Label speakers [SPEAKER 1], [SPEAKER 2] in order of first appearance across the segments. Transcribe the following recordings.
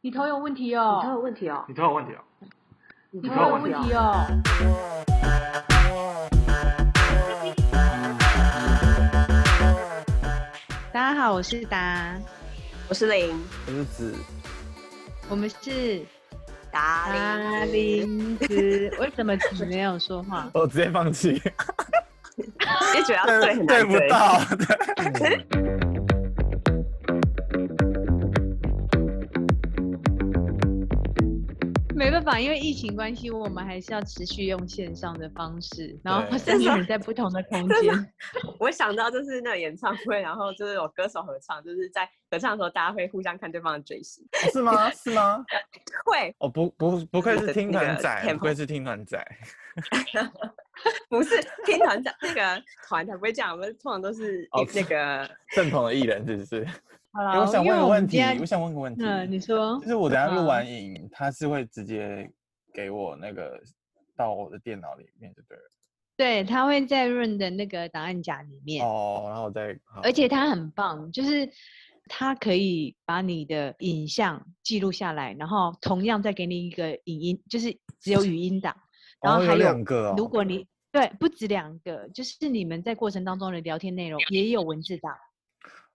[SPEAKER 1] 你头有问题
[SPEAKER 2] 你头
[SPEAKER 1] 哦，
[SPEAKER 2] 有问题哦，
[SPEAKER 3] 你头有问题啊！
[SPEAKER 2] 你
[SPEAKER 1] 你
[SPEAKER 3] 头
[SPEAKER 1] 头
[SPEAKER 3] 有
[SPEAKER 1] 有
[SPEAKER 3] 问题
[SPEAKER 1] 问
[SPEAKER 3] 哦
[SPEAKER 1] 题哦。
[SPEAKER 4] 大家好，我是达，
[SPEAKER 2] 我是零
[SPEAKER 5] 我是指
[SPEAKER 4] 我们是
[SPEAKER 2] 达林，
[SPEAKER 4] 林子。为什么你没有说话？
[SPEAKER 5] 哦我直接放弃，
[SPEAKER 2] 最主要对很难
[SPEAKER 5] 对不
[SPEAKER 2] 对
[SPEAKER 5] 到。
[SPEAKER 4] 没办法，因为疫情关系，我们还是要持续用线上的方式，然后
[SPEAKER 5] 对
[SPEAKER 4] 甚至人在不同的空间。
[SPEAKER 2] 我想到就是那个演唱会，然后就是有歌手合唱，就是在合唱的时候，大家会互相看对方的嘴型，
[SPEAKER 5] 哦 是吗？是吗？
[SPEAKER 2] 会
[SPEAKER 5] 哦，不不不愧
[SPEAKER 2] 那
[SPEAKER 5] 是
[SPEAKER 2] 个
[SPEAKER 5] 听
[SPEAKER 2] 那
[SPEAKER 5] 团
[SPEAKER 2] 个
[SPEAKER 5] 仔，不
[SPEAKER 2] tempo
[SPEAKER 5] 愧是听团仔。
[SPEAKER 2] 不是听团长那个团才不会这样，我们通常都是
[SPEAKER 5] 哦
[SPEAKER 2] 那个
[SPEAKER 5] 正统的艺人是不是？
[SPEAKER 4] 好
[SPEAKER 5] 哎我想
[SPEAKER 4] 因
[SPEAKER 5] 问
[SPEAKER 4] 为
[SPEAKER 5] 个
[SPEAKER 4] 我
[SPEAKER 5] 问
[SPEAKER 4] 们
[SPEAKER 5] 题
[SPEAKER 4] 今，
[SPEAKER 5] 我
[SPEAKER 4] 天，
[SPEAKER 5] 想问个问题，
[SPEAKER 4] 嗯，你说
[SPEAKER 5] 就是我等下录
[SPEAKER 4] 嗯
[SPEAKER 5] 完影，他是会直接给我那个到我的电脑里面就对了。
[SPEAKER 4] 对，他会在润的那个档案夹里面，
[SPEAKER 5] 哦，然后我再，好
[SPEAKER 4] 而且他很棒，就是。它可以把你的影像记录下来，然后同样再给你一个影音，就是只有语音档，然后
[SPEAKER 5] 哦有
[SPEAKER 4] 还有
[SPEAKER 5] 两个哦，
[SPEAKER 4] 如果你对不止两个，就是你们在过程当中的聊天内容也有文字档，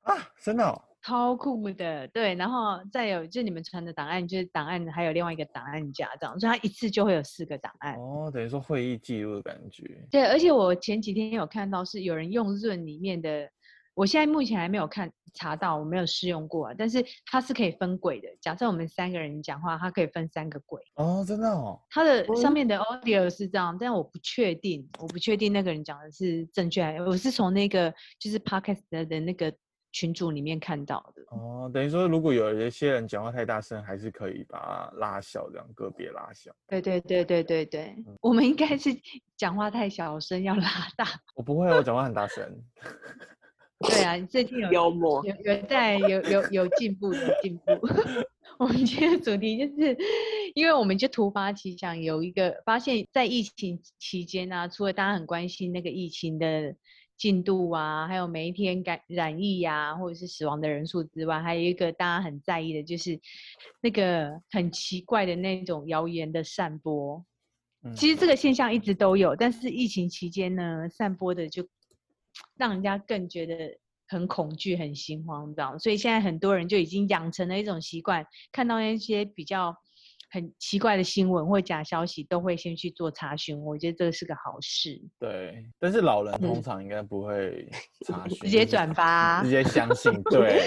[SPEAKER 5] 啊，真的哦，
[SPEAKER 4] 超酷的。对，然后再有就是你们传的档案，就是档案还有另外一个档案夹这样，所以它一次就会有四个档案。
[SPEAKER 5] 哦，等于说会议记录的感觉。
[SPEAKER 4] 对，而且我前几天有看到是有人用润里面的，我现在目前还没有看查到，我没有试用过啊，但是它是可以分轨的。假设我们三个人讲话，它可以分三个轨。
[SPEAKER 5] 哦，真的哦，
[SPEAKER 4] 它的
[SPEAKER 2] 哦
[SPEAKER 4] 上面的 audio 是这样，但我不确定，我不确定那个人讲的是正确还，我是从那个就是 podcast 的的那个群组里面看到的。
[SPEAKER 5] 哦，等于说如果有一些人讲话太大声，还是可以把它拉小，这样个别拉小。
[SPEAKER 4] 对对对对对对，我们应该是讲话太小声，要拉大。
[SPEAKER 5] 我不会，我讲话很大声。
[SPEAKER 4] 对啊，最近有
[SPEAKER 2] 幽默，
[SPEAKER 4] 有有在有有有进步有进步。 我们今天的主题就是，因为我们就突发奇想，有一个发现，在疫情期间啊，除了大家很关心那个疫情的进度啊，还有每一天感染疫呀、或者是死亡的人数之外，还有一个大家很在意的，就是那个很奇怪的那种谣言的散播。
[SPEAKER 5] 嗯
[SPEAKER 4] 其实这个现象一直都有，但是疫情期间呢，散播的就让人家更觉得很恐惧、很心慌，这样。所以现在很多人就已经养成了一种习惯，看到那些比较很奇怪的新闻或假消息，都会先去做查询。我觉得这是个好事，
[SPEAKER 5] 对，但是老人通
[SPEAKER 4] 嗯
[SPEAKER 5] 常应该不 会查询，
[SPEAKER 4] 直接
[SPEAKER 5] 就是嗯
[SPEAKER 4] 转发
[SPEAKER 5] 直。接相信。 对，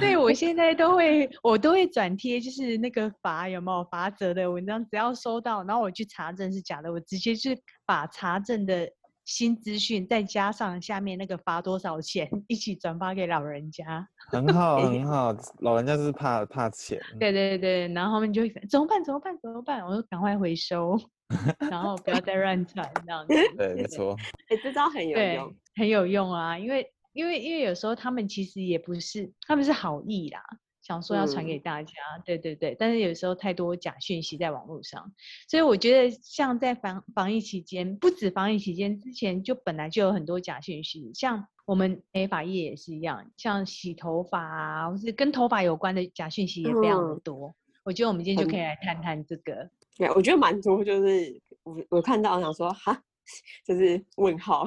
[SPEAKER 4] 对我现在都会，我都会转贴，就是那个罚有没有罚则的文章，只要收到，然后我去查证是假的，我直接去把查证的新资讯，再加上下面那个罚多少钱，一起转发给老人家。
[SPEAKER 5] 很好，很好。老人家就是怕怕钱。
[SPEAKER 4] 对对对，然后他们就会想怎么办？怎么办？怎么办？我说赶快回收， 然后不要再乱传这样子。
[SPEAKER 5] 对，没错。
[SPEAKER 2] 哎，这招很有
[SPEAKER 4] 对
[SPEAKER 2] 用，，
[SPEAKER 4] 很有用啊，因为因为因为有时候他们其实也不是，他们是好意啦，想说要
[SPEAKER 2] 嗯
[SPEAKER 4] 传给大家，对对对，但是有时候太多假讯息在网络上，所以我觉得像在防防疫期间，不止防疫期间之前就本来就有很多假讯息，像。我们美发业也是一样，像洗头发啊，或是跟头发有关的假讯息也非常的
[SPEAKER 2] 嗯
[SPEAKER 4] 多。我觉得我们今天就
[SPEAKER 2] 很
[SPEAKER 4] 可以来探探这个。
[SPEAKER 2] 对，我觉得蛮多，就是我我看到想说哈， 就是问号，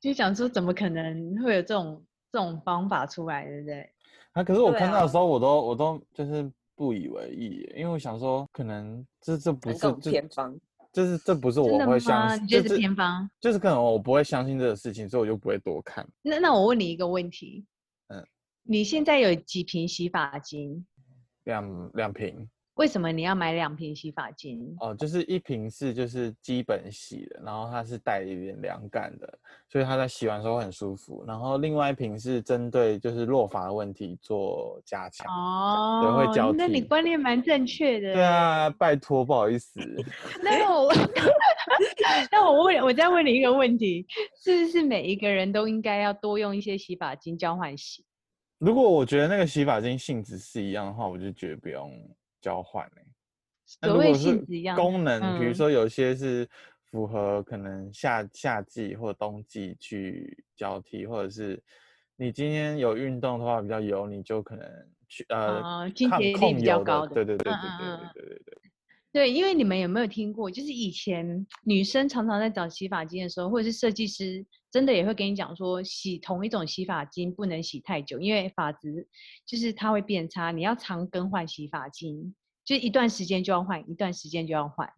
[SPEAKER 4] 就想说，怎么可能会有这种这种方法出来，对不对？
[SPEAKER 5] 啊，可是我
[SPEAKER 2] 对
[SPEAKER 5] 看
[SPEAKER 2] 啊
[SPEAKER 5] 到的时候，我都我都就是不以为意耶，因为我想说，可能这这不
[SPEAKER 2] 很
[SPEAKER 5] 是
[SPEAKER 2] 种
[SPEAKER 5] 这
[SPEAKER 2] 偏方，
[SPEAKER 5] 就是这不是我
[SPEAKER 4] 真的
[SPEAKER 5] 会
[SPEAKER 4] 吗
[SPEAKER 5] 相信，
[SPEAKER 4] 你觉
[SPEAKER 5] 就
[SPEAKER 4] 得是偏方？
[SPEAKER 5] 就是可能我不会相信这个事情，所以我就不会多看。
[SPEAKER 4] 那那我问你一个问题，
[SPEAKER 5] 嗯
[SPEAKER 4] 你现在有几瓶洗发精？
[SPEAKER 5] 两两瓶
[SPEAKER 4] 为什么你要买两瓶洗发精？
[SPEAKER 5] 哦，就是一瓶是就是基本洗的，然后它是带一点凉感的，所以它在洗完的时候很舒服。然后另外一瓶是针对就是落发的问题做加强。对
[SPEAKER 4] 哦
[SPEAKER 5] 会交
[SPEAKER 4] 那你
[SPEAKER 5] 替
[SPEAKER 4] 观念蛮正确的。
[SPEAKER 5] 对。啊，拜托，不好意思，
[SPEAKER 4] 那我 那我问，我再问你一个问题，是不是每一个人都应该要多用一些洗发精交换洗？
[SPEAKER 5] 如果我觉得那个洗发精性质是一样的话，我就觉得不用交换欸那
[SPEAKER 4] 所
[SPEAKER 5] 如
[SPEAKER 4] 谓
[SPEAKER 5] 果是
[SPEAKER 4] 性质一样，
[SPEAKER 5] 功能，比如
[SPEAKER 4] 嗯
[SPEAKER 5] 说有些是符合可能夏夏季或冬季去交替，或者是你今天有运动的话比较油，你就可能去呃
[SPEAKER 4] 哦清
[SPEAKER 5] 抗
[SPEAKER 4] 洁力
[SPEAKER 5] 控
[SPEAKER 4] 比较
[SPEAKER 5] 油
[SPEAKER 4] 高的
[SPEAKER 5] 对对对对
[SPEAKER 4] 嗯嗯嗯
[SPEAKER 5] 对对对对对。
[SPEAKER 4] 对，因为你们有没有听过，就是以前女生常常在找洗发精的时候，或者是设计师真的也会跟你讲说，洗同一种洗发精不能洗太久，因为发质就是它会变差，你要常更换洗发精，就是一段时间就要换，一段时间就要换。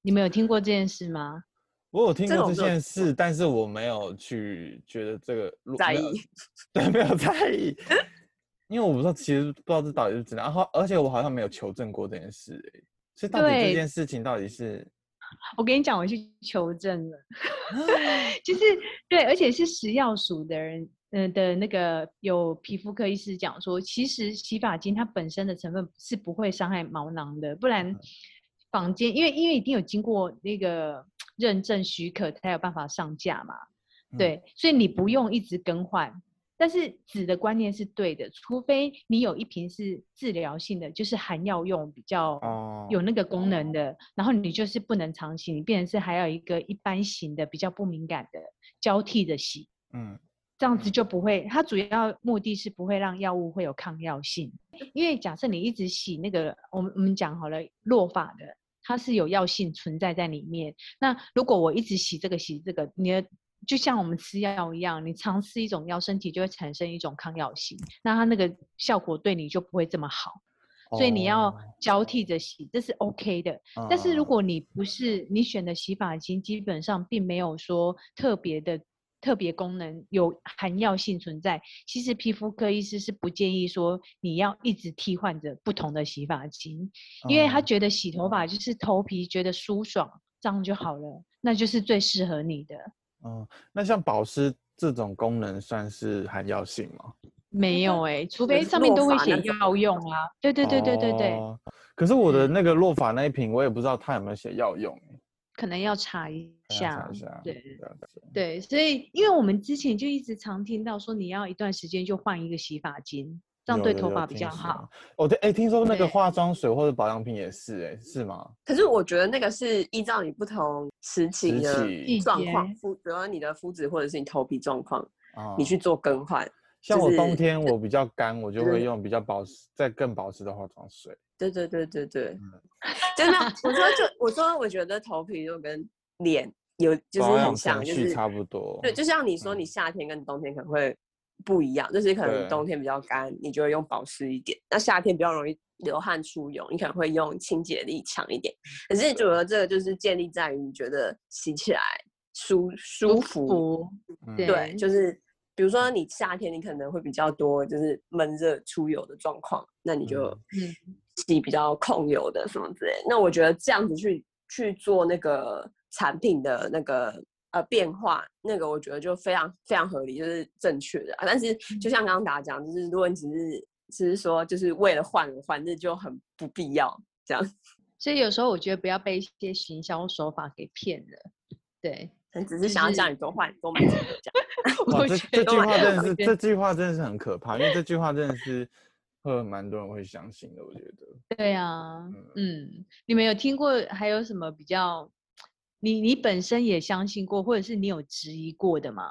[SPEAKER 4] 你们有听过这件事吗？
[SPEAKER 5] 我有听
[SPEAKER 2] 这
[SPEAKER 5] 过
[SPEAKER 2] 种
[SPEAKER 5] 这
[SPEAKER 2] 就有
[SPEAKER 5] 件事，但是我没有去觉得这个如
[SPEAKER 2] 在
[SPEAKER 5] 没有
[SPEAKER 2] 意
[SPEAKER 5] 对，没有在 意，因为我不知道，其实不知道这到底是怎样。然后，而且我好像没有求证过这件事、欸，所以到底
[SPEAKER 4] 对
[SPEAKER 5] 这件事情到底是
[SPEAKER 4] 我跟你讲，我去求证了， 就是对，而且是食药署的人，呃的那个有皮肤科医师讲说，其实洗发精它本身的成分是不会伤害毛囊的，不然坊间因为因为一定有经过那个认证许可才有办法上架嘛，
[SPEAKER 5] 嗯
[SPEAKER 4] 对，所以你不用一直更换。但是纸的观念是对的，除非你有一瓶是治疗性的，就是含药用比较
[SPEAKER 5] 哦，
[SPEAKER 4] 有那个功能的，然后你就是不能常洗，你变成是还有一个一般型的比较不敏感的交替的洗，
[SPEAKER 5] 嗯
[SPEAKER 4] 这样
[SPEAKER 5] 嗯
[SPEAKER 4] 子就不会，它主要目的是不会让药物会有抗药性，因为假设你一直洗那个，我们我们讲好了落发的，它是有药性存在在里面。那如果我一直洗这个洗这个，你的就像我们吃药一样，你常吃一种药，身体就会产生一种抗药性，那它那个效果对你就不会这么好，所以你要
[SPEAKER 5] 哦
[SPEAKER 4] 交替着洗，这是 OK 的。但是如
[SPEAKER 5] 嗯
[SPEAKER 4] 果你不是你选的洗发精，基本上并没有说特别的特别功能有含药性存在，其实皮肤科医师是不建议说你要一直替换着不同的洗发精，因为他
[SPEAKER 5] 嗯
[SPEAKER 4] 觉得洗头发就是头皮觉得舒爽，这样就好了，那就是最适合你的。
[SPEAKER 5] 嗯，那像保湿这种功能算是含药性吗？
[SPEAKER 4] 没有哎、除非
[SPEAKER 2] 是
[SPEAKER 4] 上面
[SPEAKER 2] 落
[SPEAKER 4] 都会
[SPEAKER 2] 发
[SPEAKER 4] 写
[SPEAKER 2] 那种
[SPEAKER 4] 药用啊，对对对对对对，
[SPEAKER 5] 哦可是我的
[SPEAKER 4] 嗯
[SPEAKER 5] 那个洛法那一瓶，我也不知道它有没有写药用、欸，
[SPEAKER 4] 可能要查
[SPEAKER 5] 可
[SPEAKER 4] 一
[SPEAKER 5] 能要
[SPEAKER 4] 下
[SPEAKER 5] 查一，下。
[SPEAKER 4] 对。
[SPEAKER 5] 啊，对
[SPEAKER 4] 对，所以因为我们之前就一直常听到说，你要一段时间就换一个洗发精，这样
[SPEAKER 5] 有
[SPEAKER 4] 对
[SPEAKER 5] 有
[SPEAKER 4] 头
[SPEAKER 5] 有
[SPEAKER 4] 发比
[SPEAKER 5] 听
[SPEAKER 4] 较
[SPEAKER 5] 说
[SPEAKER 4] 好。。
[SPEAKER 5] 哦，对，哎，听说那
[SPEAKER 4] 对
[SPEAKER 5] 个化妆水或者保养品也是、哎，是吗？
[SPEAKER 2] 可是我觉得那个是依照你不同时期
[SPEAKER 5] 时
[SPEAKER 2] 的
[SPEAKER 5] 期
[SPEAKER 4] 季
[SPEAKER 2] 状
[SPEAKER 4] 节
[SPEAKER 2] 况，肤，比如说你的肤质或者是你头皮状况，
[SPEAKER 5] 啊，
[SPEAKER 2] 你去做更换。
[SPEAKER 5] 像我
[SPEAKER 2] 就是嗯
[SPEAKER 5] 冬天我比较干，我就
[SPEAKER 2] 对
[SPEAKER 5] 会用比较保湿、再更保湿的化妆水。
[SPEAKER 2] 对对对对
[SPEAKER 5] 嗯
[SPEAKER 2] 对，真的，我说就我说，我觉得头皮就跟脸有就是
[SPEAKER 5] 保养
[SPEAKER 2] 很像，
[SPEAKER 5] 程
[SPEAKER 2] 就
[SPEAKER 5] 序
[SPEAKER 2] 是
[SPEAKER 5] 差不多。
[SPEAKER 2] 对，就像你说，你
[SPEAKER 5] 嗯
[SPEAKER 2] 夏天跟冬天可能会不一样，就是可能
[SPEAKER 5] 对
[SPEAKER 2] 冬天比较干，你就会用保湿一点；那夏天比较容易流汗出油，你可能会用清洁力强一点。可是主要这个就是建立在于你觉得洗起来舒舒服，
[SPEAKER 4] 服，
[SPEAKER 5] 嗯
[SPEAKER 2] 对，就是。比如说你夏天你可能会比较多就是闷热出油的状况，那你就
[SPEAKER 5] 嗯
[SPEAKER 4] 嗯，
[SPEAKER 2] 洗比较控油的什么之类。那我觉得这样子去去做那个产品的那个呃变化，那个我觉得就非常非常合理，就是正确的啊。但是就像刚刚大家讲，就是如果你只是只是说就是为了换而换，那就很不必要。这样
[SPEAKER 4] 所以有时候我觉得不要被一些行销手法给骗了。对，
[SPEAKER 2] 可能只是
[SPEAKER 4] 就
[SPEAKER 2] 想要叫
[SPEAKER 4] 是
[SPEAKER 2] 你多换多买几个这样。
[SPEAKER 5] 哇，
[SPEAKER 4] 我
[SPEAKER 5] 哦这
[SPEAKER 4] 觉
[SPEAKER 5] 这句
[SPEAKER 4] 得
[SPEAKER 2] 我
[SPEAKER 5] 话真的
[SPEAKER 4] 我
[SPEAKER 5] 是，
[SPEAKER 4] 觉
[SPEAKER 5] 这句话真的是很可怕，因为这句话真的是会有蛮多人会相信的，我觉得。
[SPEAKER 4] 对啊
[SPEAKER 5] 嗯，
[SPEAKER 4] 嗯，你们有听过还有什么比较？你你本身也相信过，或者是你有质疑过的吗？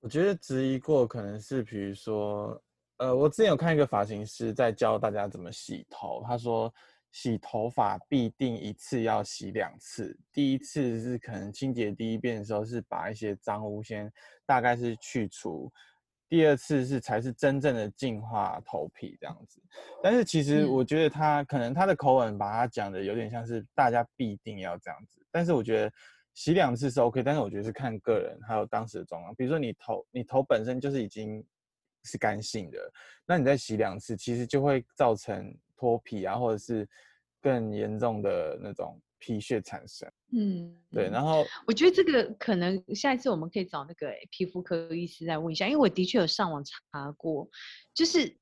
[SPEAKER 5] 我觉得质疑过可能是，比如说，呃，我之前有看一个发型师在教大家怎么洗头，他说洗头发必定一次要洗两次，第一次是可能清洁第一遍的时候是把一些脏污先大概是去除，第二次是才是真正的净化头皮这样子。但是其实
[SPEAKER 4] 嗯
[SPEAKER 5] 我觉得他、可能他的口吻把他讲的有点像是大家必定要这样子，但是我觉得洗两次是 OK，但是我觉得是看个人还有当时的状况。比如说你头你头本身就是已经是干性的，那你再洗两次，其实就会造成脱皮啊，或者是更严重的那种皮屑产生。
[SPEAKER 4] 嗯，
[SPEAKER 5] 对，然后
[SPEAKER 4] 我觉得这个可能下一次我们可以找那个诶皮肤科医师来问一下，因为我的确有上网查过，就是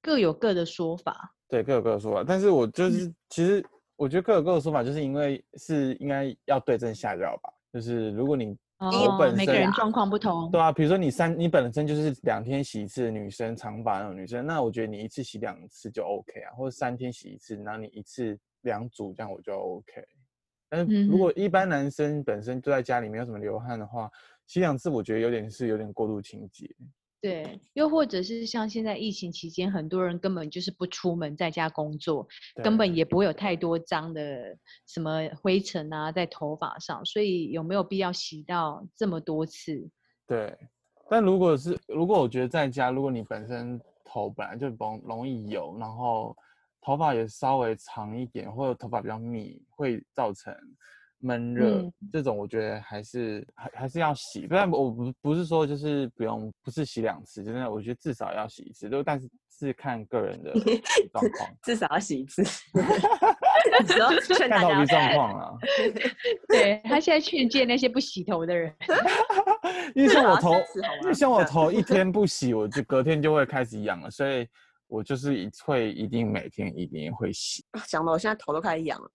[SPEAKER 4] 各有各的说法。
[SPEAKER 5] 对，各有各的说法。但是我
[SPEAKER 4] 嗯
[SPEAKER 5] 就是，其实我觉得各有各的说法，就是因为是应该要对症下药吧。就是如果你我
[SPEAKER 4] 哦，
[SPEAKER 5] 本
[SPEAKER 4] 每个
[SPEAKER 5] 身
[SPEAKER 4] 人状况不同。
[SPEAKER 5] 对啊，比如说你三，你本身就是两天洗一次的女生长发那种女生，那我觉得你一次洗两次就 OK 啊，或者三天洗一次，然后你一次两组这样我就 OK。但是
[SPEAKER 4] 嗯
[SPEAKER 5] 如果一般男生本身就在家里没有什么流汗的话，洗两次我觉得有点是有点过度清洁。
[SPEAKER 4] 对，又或者是像现在疫情期间，很多人根本就是不出门，在家工作，根
[SPEAKER 5] 对
[SPEAKER 4] 本也不会有太多脏的什么灰尘啊在头发上，所以有没有必要洗到这么多次？
[SPEAKER 5] 对，但如果是如果我觉得在家，如果你本身头本来就容容易油，然后头发也稍微长一点，或者头发比较密，会造成闷热，
[SPEAKER 4] 嗯
[SPEAKER 5] 这种我觉得还是还还是要洗。但我不不是说就是不用，不是洗两次，真的我觉得至少要洗一次，就但是是看个人的状况，
[SPEAKER 2] 至少要洗一次。你说劝
[SPEAKER 5] 看
[SPEAKER 2] 大
[SPEAKER 5] 头皮
[SPEAKER 2] 家，
[SPEAKER 5] 状况啊。
[SPEAKER 4] 对他现在劝诫那些不洗头的人，
[SPEAKER 5] 因为像我
[SPEAKER 2] 至少
[SPEAKER 5] 头
[SPEAKER 2] 要30好，啊
[SPEAKER 5] 因为
[SPEAKER 2] 吗
[SPEAKER 5] 像我
[SPEAKER 2] 对
[SPEAKER 5] 头一天不洗，我就隔天就会开始痒了，所以我就是一会一定每天一定会洗。
[SPEAKER 2] 想的我现在头都开始痒了。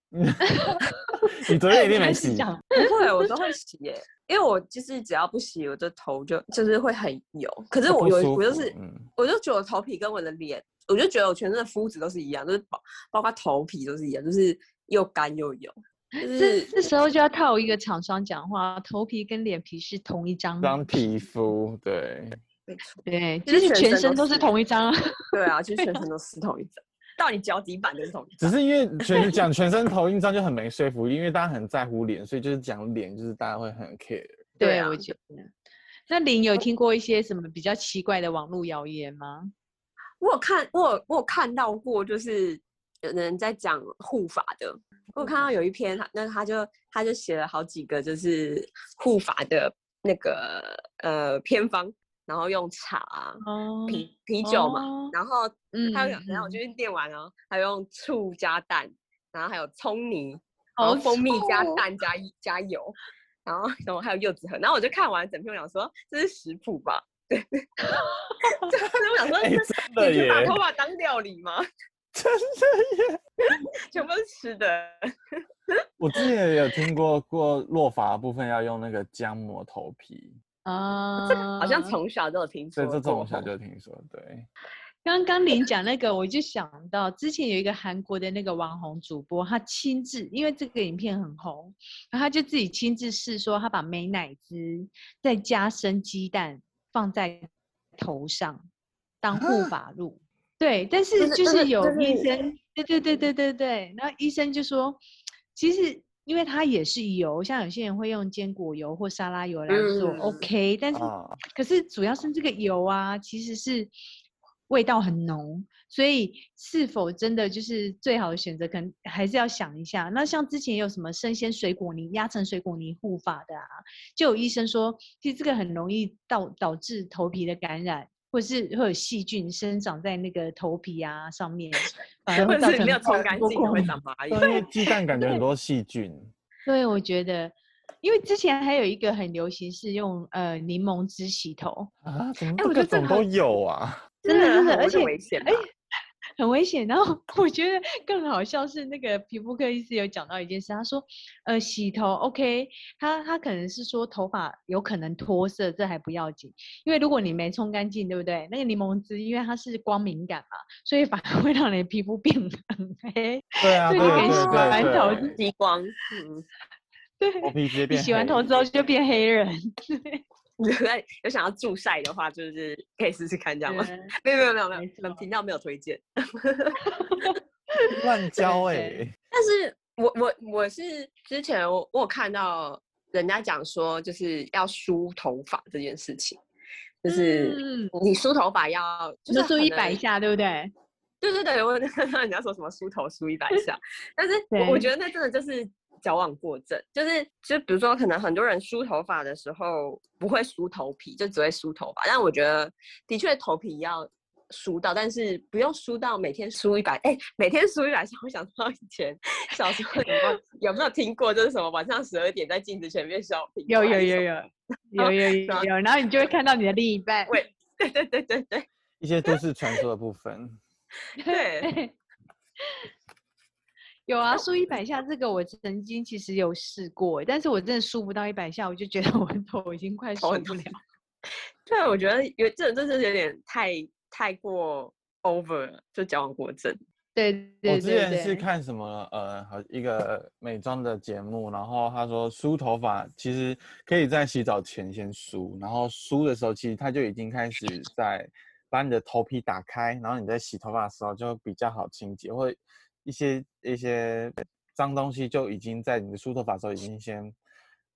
[SPEAKER 5] 你昨
[SPEAKER 2] 哎
[SPEAKER 5] 天一定
[SPEAKER 4] 开
[SPEAKER 5] 没
[SPEAKER 4] 始
[SPEAKER 5] 洗，
[SPEAKER 4] 讲
[SPEAKER 2] 不会，我都会洗耶、因为我就是只要不洗，我的头就就是会很油。可是
[SPEAKER 5] 就
[SPEAKER 2] 我
[SPEAKER 5] 不
[SPEAKER 2] 有，
[SPEAKER 5] 舒
[SPEAKER 2] 我就
[SPEAKER 5] 服
[SPEAKER 2] 是，
[SPEAKER 5] 嗯，
[SPEAKER 2] 我就觉得我头皮跟我的脸，我就觉得我全身的肤质都是一样，就是包包括头皮都是一样，就是又干又油，就是
[SPEAKER 4] 这这时候就要套一个厂商讲话，头皮跟脸皮是同一张，
[SPEAKER 5] 当皮肤对，
[SPEAKER 2] 没错
[SPEAKER 4] 对，就
[SPEAKER 2] 其实
[SPEAKER 4] 是
[SPEAKER 2] 全
[SPEAKER 4] 全
[SPEAKER 2] 身
[SPEAKER 4] 身
[SPEAKER 2] 都
[SPEAKER 4] 都是
[SPEAKER 2] 是
[SPEAKER 4] 同一张啊。
[SPEAKER 2] 对啊，就是全身都湿透一张，到你脚底板都是同一张
[SPEAKER 5] 只是因 为全讲全身头印章就很没说服力，因为大家很在乎脸，所以就是讲脸就是大家会很 care。
[SPEAKER 2] 对
[SPEAKER 4] 对，
[SPEAKER 2] 啊哦
[SPEAKER 4] 我觉得。那林有听过一些什么比较奇怪的网络谣言吗？
[SPEAKER 2] 我有看，我有我有看到过，就是有人在讲护法的。
[SPEAKER 4] 嗯
[SPEAKER 2] 我有看到有一篇，他那他就他就写了好几个，就是护法的那个呃偏方，然后用茶啊、
[SPEAKER 4] 哦
[SPEAKER 2] 啤啤酒嘛，
[SPEAKER 4] 哦
[SPEAKER 2] 然后
[SPEAKER 4] 嗯
[SPEAKER 2] 他有讲，然后我就去念完哦，还用醋加蛋，然后还有葱泥，然
[SPEAKER 4] 好
[SPEAKER 2] 后蜂蜜加
[SPEAKER 4] 臭哦
[SPEAKER 2] 蛋加一加油，然后然后还有柚子核，然后我就看完整篇，我想说这是食谱吧？ 对，就是我想 说
[SPEAKER 5] 哎、
[SPEAKER 2] 这
[SPEAKER 5] 真的
[SPEAKER 2] 你
[SPEAKER 5] 耶
[SPEAKER 2] 去，把头发当料理吗？
[SPEAKER 5] 真的耶！
[SPEAKER 2] 全部都是吃的。
[SPEAKER 5] 我之前也有听过过落发的部分要用那个姜抹头皮，
[SPEAKER 4] 啊，
[SPEAKER 2] 好像从小都有听
[SPEAKER 5] 所
[SPEAKER 2] 说
[SPEAKER 5] 以
[SPEAKER 2] 过。
[SPEAKER 5] 这种我小就听说，对。
[SPEAKER 4] 刚刚林讲那个，我就想到之前有一个韩国的那个网红主播，他亲自因为这个影片很红，然后他就自己亲自试说，他把美乃滋再加生鸡蛋放在头上当护发露。对，但是
[SPEAKER 2] 是
[SPEAKER 4] 就
[SPEAKER 2] 这
[SPEAKER 4] 是
[SPEAKER 2] 是
[SPEAKER 4] 有
[SPEAKER 2] 这
[SPEAKER 4] 医
[SPEAKER 2] 是
[SPEAKER 4] 生，对对对对对对，然后医生就说，其实因为它也是油，像有些人会用坚果油或沙拉油来做、
[SPEAKER 2] 嗯
[SPEAKER 4] OK，但是
[SPEAKER 5] 啊，
[SPEAKER 4] 可是主要是这个油啊，其实是味道很浓，所以是否真的就是最好的选择，可能还是要想一下。那像之前有什么生鲜水果泥压成水果泥护发的啊，就有医生说，其实这个很容易导导致头皮的感染。或是会有细菌生长在那个头皮啊上面，反而
[SPEAKER 2] 或
[SPEAKER 4] 会造
[SPEAKER 2] 者是
[SPEAKER 4] 成
[SPEAKER 2] 你没有
[SPEAKER 4] 爆
[SPEAKER 2] 冲干
[SPEAKER 4] 多
[SPEAKER 2] 净的
[SPEAKER 4] 过
[SPEAKER 2] 会
[SPEAKER 4] 敏
[SPEAKER 2] 长蚂
[SPEAKER 5] 因
[SPEAKER 2] 蚁。
[SPEAKER 5] 为鸡蛋感觉很多细菌，
[SPEAKER 4] 对，我觉得，因为之前还有一个很流行是用呃柠檬汁洗头，
[SPEAKER 5] 啊，怎么
[SPEAKER 4] 哎我
[SPEAKER 5] 各
[SPEAKER 4] 觉得这
[SPEAKER 5] 种
[SPEAKER 4] 好
[SPEAKER 5] 都有啊？
[SPEAKER 4] 真的真的，
[SPEAKER 2] 很
[SPEAKER 4] 而且
[SPEAKER 2] 危险吧
[SPEAKER 4] 哎，很危险。然后我觉得更好笑是那个皮肤科医师有讲到一件事，他说，呃，洗头 OK，他他可能是说头发有可能脱色，这还不要紧，因为如果你没冲干净，对不对？那个柠檬汁，因为它是光敏感嘛，所以反而会让你的皮肤变 很黑。
[SPEAKER 5] 对啊，
[SPEAKER 4] 对
[SPEAKER 5] 对
[SPEAKER 4] 你可以洗完
[SPEAKER 5] 对
[SPEAKER 4] 头
[SPEAKER 5] 对对，
[SPEAKER 2] 激光，嗯，
[SPEAKER 4] 对，
[SPEAKER 2] 哦
[SPEAKER 5] 头皮直接
[SPEAKER 4] 你
[SPEAKER 5] 变黑。
[SPEAKER 4] 洗完头之后就变黑人，
[SPEAKER 2] 如果有想要助晒的话，就是可以试试看，这样吗？
[SPEAKER 4] 对
[SPEAKER 2] 没有没有没有没
[SPEAKER 4] 没
[SPEAKER 2] 有，本
[SPEAKER 4] 错
[SPEAKER 2] 频道没有推荐。
[SPEAKER 5] 乱交哎、
[SPEAKER 4] 对
[SPEAKER 2] 但是我我我是之前我我有看到人家讲说，就是要梳头发这件事情，就是
[SPEAKER 4] 嗯，
[SPEAKER 2] 你梳头发要就
[SPEAKER 4] 你
[SPEAKER 2] 是
[SPEAKER 4] 就做
[SPEAKER 2] 可
[SPEAKER 4] 一百
[SPEAKER 2] 能
[SPEAKER 4] 下，对不对？
[SPEAKER 2] 对对对，我有看到人家说什么梳头梳一百下， 但是我我
[SPEAKER 4] 对
[SPEAKER 2] 觉得那真的就是矫枉过正，就是就比如说，可能很多人梳头发的时候不会梳头皮，就只会梳头发。但我觉得的确头皮要梳到，但是不用梳到每天梳一百，哎，每天梳一百下。我想到以前小时候有没有有没有听过，就是什么晚上十二点在镜子前面削平
[SPEAKER 4] 有
[SPEAKER 2] 头
[SPEAKER 4] 有
[SPEAKER 2] 还是
[SPEAKER 4] 有
[SPEAKER 2] 什么，
[SPEAKER 4] 有有有有
[SPEAKER 2] 然后
[SPEAKER 4] 有，然后你就会看到你的另一半。
[SPEAKER 2] 喂 对对对对对
[SPEAKER 5] 一些都市传说的部分。
[SPEAKER 2] 对。
[SPEAKER 4] 有啊，梳一百下这个我曾经其实有试过，但是我真的梳不到一百下，我就觉得我的头已经快
[SPEAKER 2] 头
[SPEAKER 4] 受
[SPEAKER 2] 很
[SPEAKER 4] 不了。
[SPEAKER 2] 对，啊我觉得有这种真是有点太太过 over，了，就矫枉过正。
[SPEAKER 4] 对
[SPEAKER 5] 我
[SPEAKER 4] 对
[SPEAKER 5] 之
[SPEAKER 4] 对
[SPEAKER 5] 前是
[SPEAKER 4] 对，
[SPEAKER 5] 看什么呃，好一个美妆的节目，然后他说梳头发其实可以在洗澡前先梳，然后梳的时候其实它就已经开始在把你的头皮打开，然后你在洗头发的时候就比较好清洁，或一些一些脏东西就已经在你的梳头发的时候已经先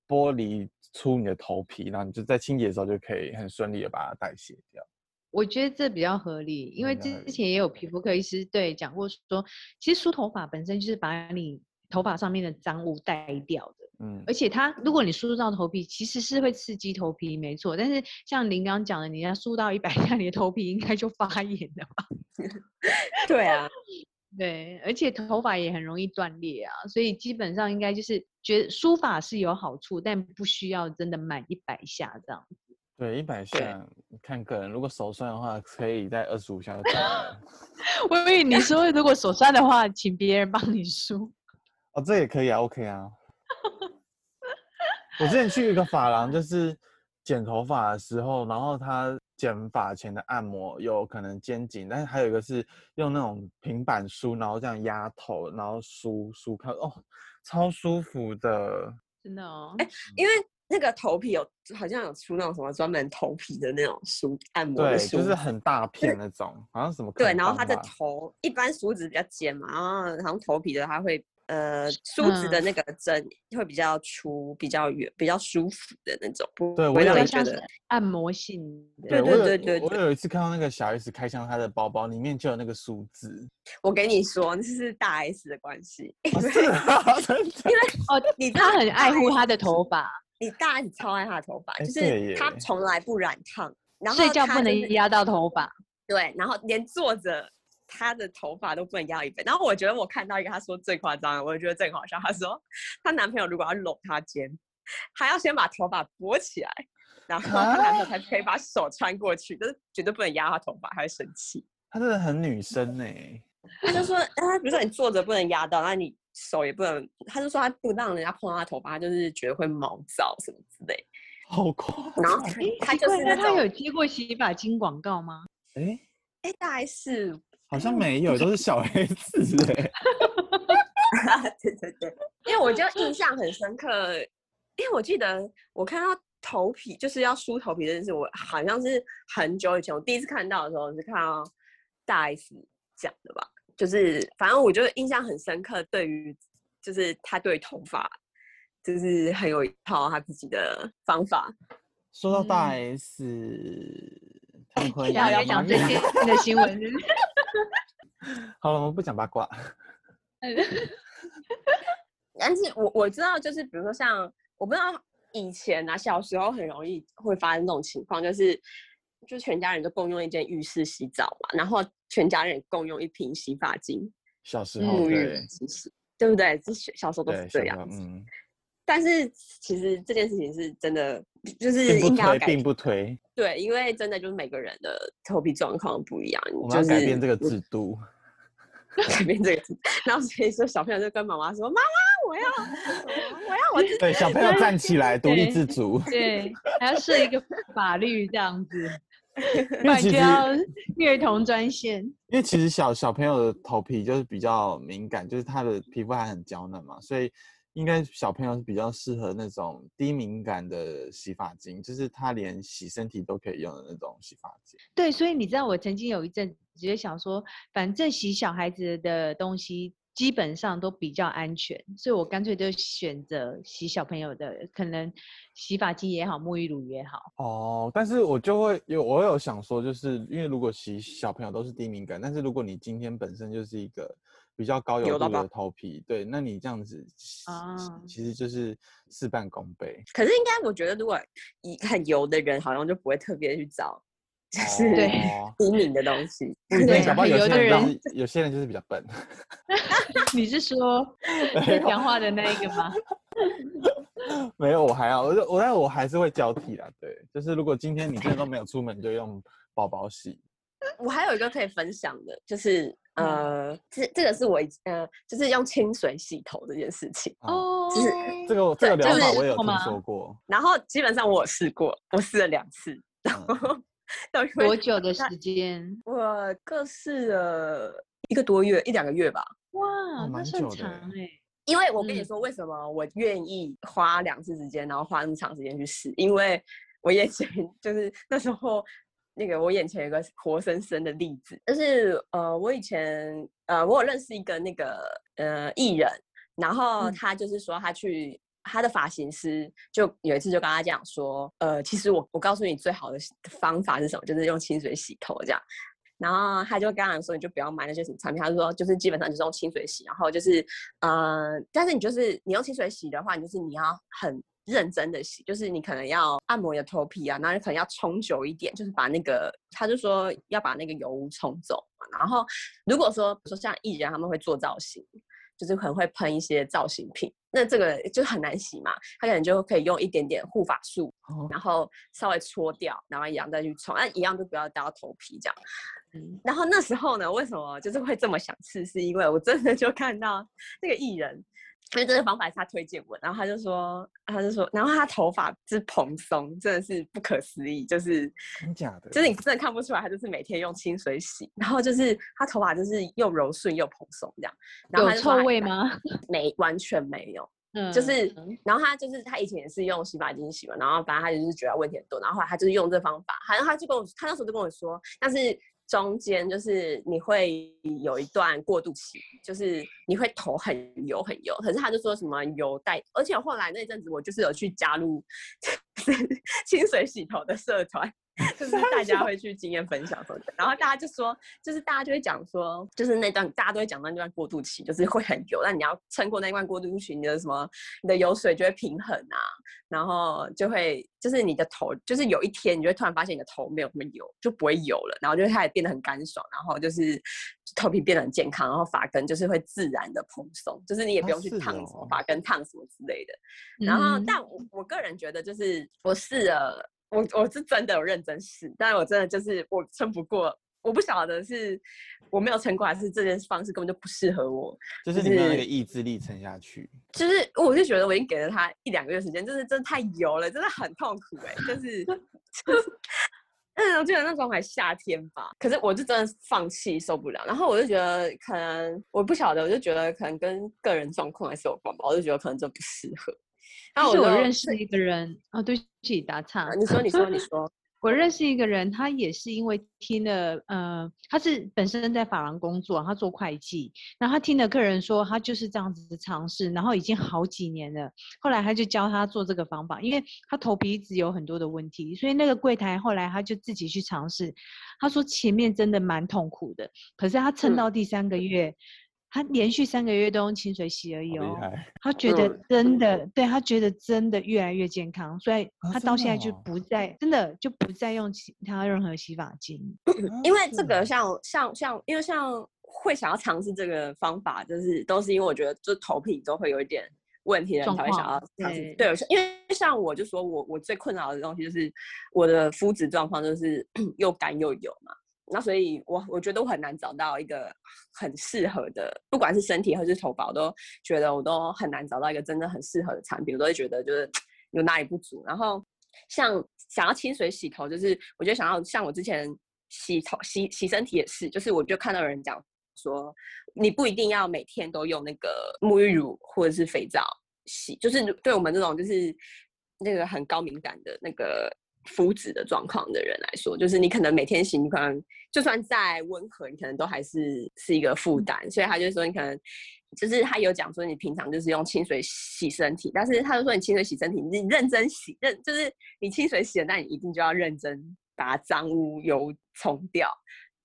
[SPEAKER 5] 剥离出你的头皮，然后你就在清洁的时候就可以很顺利的把它代谢掉。
[SPEAKER 4] 我觉得这比较合理，因
[SPEAKER 5] 嗯
[SPEAKER 4] 为
[SPEAKER 5] 比较合
[SPEAKER 4] 之
[SPEAKER 5] 理
[SPEAKER 4] 前也有皮肤科医师对讲过说，其实梳头发本身就是把你头发上面的脏物带掉的。
[SPEAKER 5] 嗯
[SPEAKER 4] 而且它，如果你梳到头皮，其实是会刺激头皮，没错。但是像您刚刚讲的，你要梳到一百下，你的头皮应该就发炎了吧？
[SPEAKER 2] 对啊，
[SPEAKER 4] 对，而且头发也很容易断裂啊，所以基本上应该就是觉得梳发是有好处，但不需要真的满一百下这样。
[SPEAKER 5] 对，一百下看个人，如果手酸的话，可以在二十五下就可 以了。
[SPEAKER 4] 我以为你说如果手酸的话，请别人帮你梳。
[SPEAKER 5] 哦，这也可以啊，OK 啊。我之前去一个发廊，就是剪头发的时候，然后他剪发前的按摩有可能肩颈，但是还有一个是用那种平板梳，然后这样压头，然后梳梳看，哦，超舒服的。
[SPEAKER 4] 真的哦，
[SPEAKER 2] 因为那个头皮有好像有出那种什么专门头皮的那种梳按摩
[SPEAKER 5] 对
[SPEAKER 2] 的，梳
[SPEAKER 5] 就
[SPEAKER 2] 子，
[SPEAKER 5] 是很大片那种，好像什么
[SPEAKER 2] 对，
[SPEAKER 5] 肯
[SPEAKER 2] 然后
[SPEAKER 5] 邦
[SPEAKER 2] 它的
[SPEAKER 5] 吧
[SPEAKER 2] 头一般梳子比较尖嘛，然后好像头皮的它会呃梳子的
[SPEAKER 4] 嗯
[SPEAKER 2] 那个针会比较粗、比较圆、比较舒服的那种，不
[SPEAKER 5] 对
[SPEAKER 2] 不
[SPEAKER 5] 我
[SPEAKER 2] 会
[SPEAKER 5] 有
[SPEAKER 2] 让
[SPEAKER 5] 一
[SPEAKER 2] 你
[SPEAKER 4] 较
[SPEAKER 2] 觉
[SPEAKER 4] 像
[SPEAKER 2] 得
[SPEAKER 4] 是按摩性的。
[SPEAKER 2] 对
[SPEAKER 5] 我
[SPEAKER 2] 对
[SPEAKER 5] 有
[SPEAKER 2] 对对
[SPEAKER 5] 我
[SPEAKER 2] 对
[SPEAKER 5] 有一次看到那个小 S 开箱她的包包，里面就有那个数字。
[SPEAKER 2] 我给你说，这是大 S 的关系，
[SPEAKER 5] 啊是啊， 真的
[SPEAKER 4] 哦，
[SPEAKER 2] 你知道
[SPEAKER 4] 他很爱护
[SPEAKER 2] 大
[SPEAKER 4] 他的头发，
[SPEAKER 2] 你大 S 超爱她的头发，
[SPEAKER 5] 哎
[SPEAKER 2] 就
[SPEAKER 5] 对
[SPEAKER 2] 是
[SPEAKER 5] 耶
[SPEAKER 2] 她从来不染烫， 然后
[SPEAKER 4] 睡觉
[SPEAKER 2] 她
[SPEAKER 4] 不
[SPEAKER 2] 就
[SPEAKER 4] 能
[SPEAKER 2] 是
[SPEAKER 4] 压到头发。
[SPEAKER 2] 对，然后连坐着她的头发都不能压到一倍。然后我觉得我看到一个她说最夸张的，我觉得最好笑。她说她男朋友如果要搂她肩，还要先把头发拨起来，然后她男朋友才可以把手穿过去，就是绝对不能压她头发，她会生气。
[SPEAKER 5] 她真的很女生呢、
[SPEAKER 2] 她就说，啊，比如说你坐着不能压到，那你手也不能，她就说她不让人家碰到她头发，她就是觉得会毛躁什么之类。
[SPEAKER 5] 好快。
[SPEAKER 2] 然后她就
[SPEAKER 4] 对
[SPEAKER 2] 是
[SPEAKER 4] 那
[SPEAKER 2] 那
[SPEAKER 4] 他
[SPEAKER 2] 种
[SPEAKER 4] 有接过洗发精广告吗？
[SPEAKER 5] 哎、
[SPEAKER 2] 哎、大概是
[SPEAKER 5] 好像没有，都是小 S 哎、
[SPEAKER 2] 对对对，因为我就印象很深刻，因为我记得我看到头皮就是要梳头皮这件事，我好像是很久以前我第一次看到的时候是看到大 S 讲的吧，就是反正我就印象很深刻，对于就是他对头发就是很有一套他自己的方法，
[SPEAKER 5] 说到大
[SPEAKER 4] 嗯
[SPEAKER 5] S，他
[SPEAKER 2] 哎
[SPEAKER 5] 们回
[SPEAKER 4] 然后
[SPEAKER 5] 来
[SPEAKER 4] 来
[SPEAKER 5] 了吗
[SPEAKER 4] 讲最近的新闻是不是，
[SPEAKER 5] 好了，我们不讲八卦。
[SPEAKER 2] 但是我我知道，就是比如说像我不知道以前啊，小时候很容易会发生这种情况，就是就全家人都共用一间浴室洗澡嘛，然后全家人共用一瓶洗发精、
[SPEAKER 5] 小时候
[SPEAKER 2] 沐浴
[SPEAKER 5] 对
[SPEAKER 2] 其实对不对？这小时候都是
[SPEAKER 5] 对，小
[SPEAKER 2] 这
[SPEAKER 5] 时
[SPEAKER 2] 样
[SPEAKER 5] 候
[SPEAKER 2] 子。
[SPEAKER 5] 嗯，
[SPEAKER 2] 但是其实这件事情是真的，就是
[SPEAKER 5] 并不
[SPEAKER 2] 应该要
[SPEAKER 5] 推，
[SPEAKER 2] 改
[SPEAKER 5] 并不推，
[SPEAKER 2] 对，因为真的就是每个人的头皮状况不一样，
[SPEAKER 5] 我
[SPEAKER 2] 就
[SPEAKER 5] 们要
[SPEAKER 2] 是
[SPEAKER 5] 改变这个制度。
[SPEAKER 2] 改变这个字。然后所以说小朋友就跟妈妈说：“妈妈，我要我要我自己
[SPEAKER 5] 对，小朋友站起来，独立
[SPEAKER 4] 对
[SPEAKER 5] 自主。
[SPEAKER 4] 对，还要设一个法律这样子，不
[SPEAKER 5] 因为
[SPEAKER 4] 然
[SPEAKER 5] 其
[SPEAKER 4] 就
[SPEAKER 5] 实
[SPEAKER 4] 要虐童专线。
[SPEAKER 5] 因为其实小小朋友的头皮就是比较敏感，就是他的皮肤还很娇嫩嘛，所以应该小朋友是比较适合那种低敏感的洗发精，就是他连洗身体都可以用的那种洗发精。
[SPEAKER 4] 对，所以你知道我曾经有一阵子直接想说，反正洗小孩子的东西基本上都比较安全，所以我干脆就选择洗小朋友的，可能洗发精也好，沐浴乳也好。
[SPEAKER 5] 哦，但是我就会有我有想说，就是因为如果洗小朋友都是低敏感，但是如果你今天本身就是一个比较高
[SPEAKER 2] 油
[SPEAKER 5] 油
[SPEAKER 2] 到
[SPEAKER 5] 度
[SPEAKER 2] 爆
[SPEAKER 5] 的头皮，对，那你这样子洗
[SPEAKER 4] 啊
[SPEAKER 5] 其实就是事半功 倍。
[SPEAKER 2] 可是应该，我觉得如果一很油的人，好像就不会特别去找，就是
[SPEAKER 4] 对
[SPEAKER 5] 哦
[SPEAKER 2] 低敏的东西。
[SPEAKER 5] 不一定
[SPEAKER 4] 对啊
[SPEAKER 5] 搞不好
[SPEAKER 4] 很
[SPEAKER 5] 有
[SPEAKER 4] 油
[SPEAKER 5] 些
[SPEAKER 4] 的
[SPEAKER 5] 人就
[SPEAKER 4] 人
[SPEAKER 5] 是有些人就是比较笨。
[SPEAKER 4] 你是说在讲话的那一个吗？
[SPEAKER 5] 没有，我还要，我就我但我还是会交替啦。对，就是如果今天你真的都没有出门，就用宝宝洗。
[SPEAKER 2] 我还有一个可以分享的，就是
[SPEAKER 4] 嗯
[SPEAKER 2] 呃，这这个是我以呃，就是用清水洗头这件事情。
[SPEAKER 5] 哦，
[SPEAKER 4] 哦，
[SPEAKER 2] 就是
[SPEAKER 5] 这个我这个
[SPEAKER 2] 对就
[SPEAKER 5] 疗
[SPEAKER 2] 是
[SPEAKER 5] 法我也有
[SPEAKER 4] 好
[SPEAKER 5] 听
[SPEAKER 4] 吗
[SPEAKER 5] 说过。
[SPEAKER 2] 然后基本上我有试过，我试了两次，
[SPEAKER 5] 嗯
[SPEAKER 2] 都因
[SPEAKER 4] 多
[SPEAKER 2] 为
[SPEAKER 4] 久的
[SPEAKER 2] 那
[SPEAKER 4] 时间？
[SPEAKER 2] 我各试了一个多月一两个月吧。
[SPEAKER 4] 哇，那
[SPEAKER 5] 哦蛮
[SPEAKER 4] 算
[SPEAKER 5] 久的
[SPEAKER 4] 长哎、
[SPEAKER 2] 因为我跟你
[SPEAKER 4] 嗯
[SPEAKER 2] 说，为什么我愿意花两次时间，然后花那么长时间去试？因为我眼前就是那时候，那个我眼前有个活生生的例子，就是呃，我以前呃，我有认识一个那个呃艺人，然后
[SPEAKER 4] 嗯
[SPEAKER 2] 他就是说他去。他的发型师就有一次就跟他讲说，呃，其实我我告诉你最好的方法是什么，就是用清水洗头这样。然后他就跟他说，你就不要买那些什么产品。他就说，就是基本上就是用清水洗，然后就是，呃，但是你就是你用清水洗的话，你就是你要很认真的洗，就是你可能要按摩你的头皮啊，然后你可能要冲久一点，就是把那个他就说要把那个油污冲走嘛。然后如果说比如说像艺人他们会做造型，就是可能会喷一些造型品，那这个就很难洗嘛，他可能就可以用一点点护发素
[SPEAKER 5] 哦，
[SPEAKER 2] 然后稍微搓掉，然后一样再去冲，但一样就不要搭到头皮这样。
[SPEAKER 4] 嗯
[SPEAKER 2] 然后那时候呢，为什么就是会这么想吃？是因为我真的就看到那个艺人，因为这个方法是他推荐我，然后他就说，他就说，然后他头发是蓬松，真的是不可思议，就是
[SPEAKER 5] 真假的？
[SPEAKER 2] 就是你真的看不出来，他就是每天用清水洗，然后就是他头发就是又柔顺又蓬松这样。然后
[SPEAKER 4] 有
[SPEAKER 2] 他就说
[SPEAKER 4] 臭
[SPEAKER 2] 他
[SPEAKER 4] 味？吗？
[SPEAKER 2] 没，完全没有。
[SPEAKER 4] 嗯，
[SPEAKER 2] 就是
[SPEAKER 4] 嗯
[SPEAKER 2] 然后他就是他以前也是用洗发精洗嘛，然后反正他就是觉得问题很多，然后后来他就是用这方法，好像他就跟我，他那时候就跟我说，但是中间就是你会有一段过渡期，就是你会头很油很油，可是他就说什么油带，而且后来那阵子我就是有去加入 清水洗头的社团。就是大家会去经验分享什么的，然后大家就说，就是大家就会讲说，就是那段大家都会讲到那段过渡期，就是会很油，但你要撑过那一段过渡期，你的什么你的油水就会平衡啊，然后就会就是你的头，就是有一天你就会突然发现你的头没有那么油，就不会油了，然后就会开始变得很干爽，然后就是头皮变得很健康，然后发根就是会自然的蓬松，就是你也
[SPEAKER 5] 啊
[SPEAKER 2] 不用去
[SPEAKER 5] 是
[SPEAKER 2] 烫什么
[SPEAKER 5] 哦
[SPEAKER 2] 发根烫什么之类的。然后，
[SPEAKER 4] 嗯
[SPEAKER 2] 但我我个人觉得，就是我试了，我我是真的有认真试，但我真的就是我撑不过，我不晓得是我没有撑过，还是这件方式根本就不适合我。
[SPEAKER 5] 就是你没有那
[SPEAKER 2] 是
[SPEAKER 5] 个意志力撑下去。
[SPEAKER 2] 就是我就觉得我已经给了他一两个月时间，就是真的太油了，真的很痛苦哎、就是 就是。嗯，我记得那时候还夏天吧，可是我就真的放弃受不了，然后我就觉得可能我不晓得，我就觉得可能跟个人状况还是有关吧，我就觉得可能真的不适合。然后
[SPEAKER 4] 其实
[SPEAKER 2] 我
[SPEAKER 4] 我
[SPEAKER 2] 就
[SPEAKER 4] 认识一个人哦，对不起，打岔
[SPEAKER 2] 啊。你说，你说，你说，
[SPEAKER 4] 我认识一个人，他也是因为听了，呃，他是本身在发廊工作，他做会计，然后他听了客人说他就是这样子尝试，然后已经好几年了。后来他就教他做这个方法，因为他头皮一直有很多的问题，所以那个柜台后来他就自己去尝试。他说前面真的蛮痛苦的，可是他撑
[SPEAKER 2] 嗯
[SPEAKER 4] 到第三个月，他连续三个月都用清水洗而已
[SPEAKER 5] 好厉
[SPEAKER 4] 哦。
[SPEAKER 5] 害！啊
[SPEAKER 4] 他觉得
[SPEAKER 2] 嗯
[SPEAKER 4] 真的，对他觉得真的越来越健康，所以
[SPEAKER 5] 啊
[SPEAKER 4] 他
[SPEAKER 5] 真
[SPEAKER 4] 到
[SPEAKER 5] 的
[SPEAKER 4] 现在就
[SPEAKER 5] 哦
[SPEAKER 4] 不再、真的就不再用其他任何洗发精。
[SPEAKER 2] 因为这个
[SPEAKER 5] 啊
[SPEAKER 2] 像像像，因为像会想要尝试这个方法，就是都是因为我觉得，就头皮都会有一点问题的人
[SPEAKER 4] 状
[SPEAKER 2] 才会想要
[SPEAKER 4] 况
[SPEAKER 2] 尝试对，
[SPEAKER 4] 对。
[SPEAKER 2] 因为像我就说我我最困扰的东西就是我的肤质状况就是 又干又油嘛。那所以我，我觉得我很难找到一个很适合的，不管是身体还是头发，我都觉得我都很难找到一个真的很适合的产品，我都会觉得就是有哪里不足。然后像想要清水洗头，就是我就想要像我之前洗头洗洗身体也是，就是我就看到有人讲说，你不一定要每天都用那个沐浴乳或者是肥皂洗，就是对我们这种就是那个很高敏感的那个肤质的状况的人来说，就是你可能每天洗，你可能就算再温和，你可能都还是是一个负担。所以他就说，你可能就是他有讲说，你平常就是用清水洗身体，但是他就说你清水洗身体，你认真洗，认就是你清水洗了，那你一定就要认真把脏污油冲掉。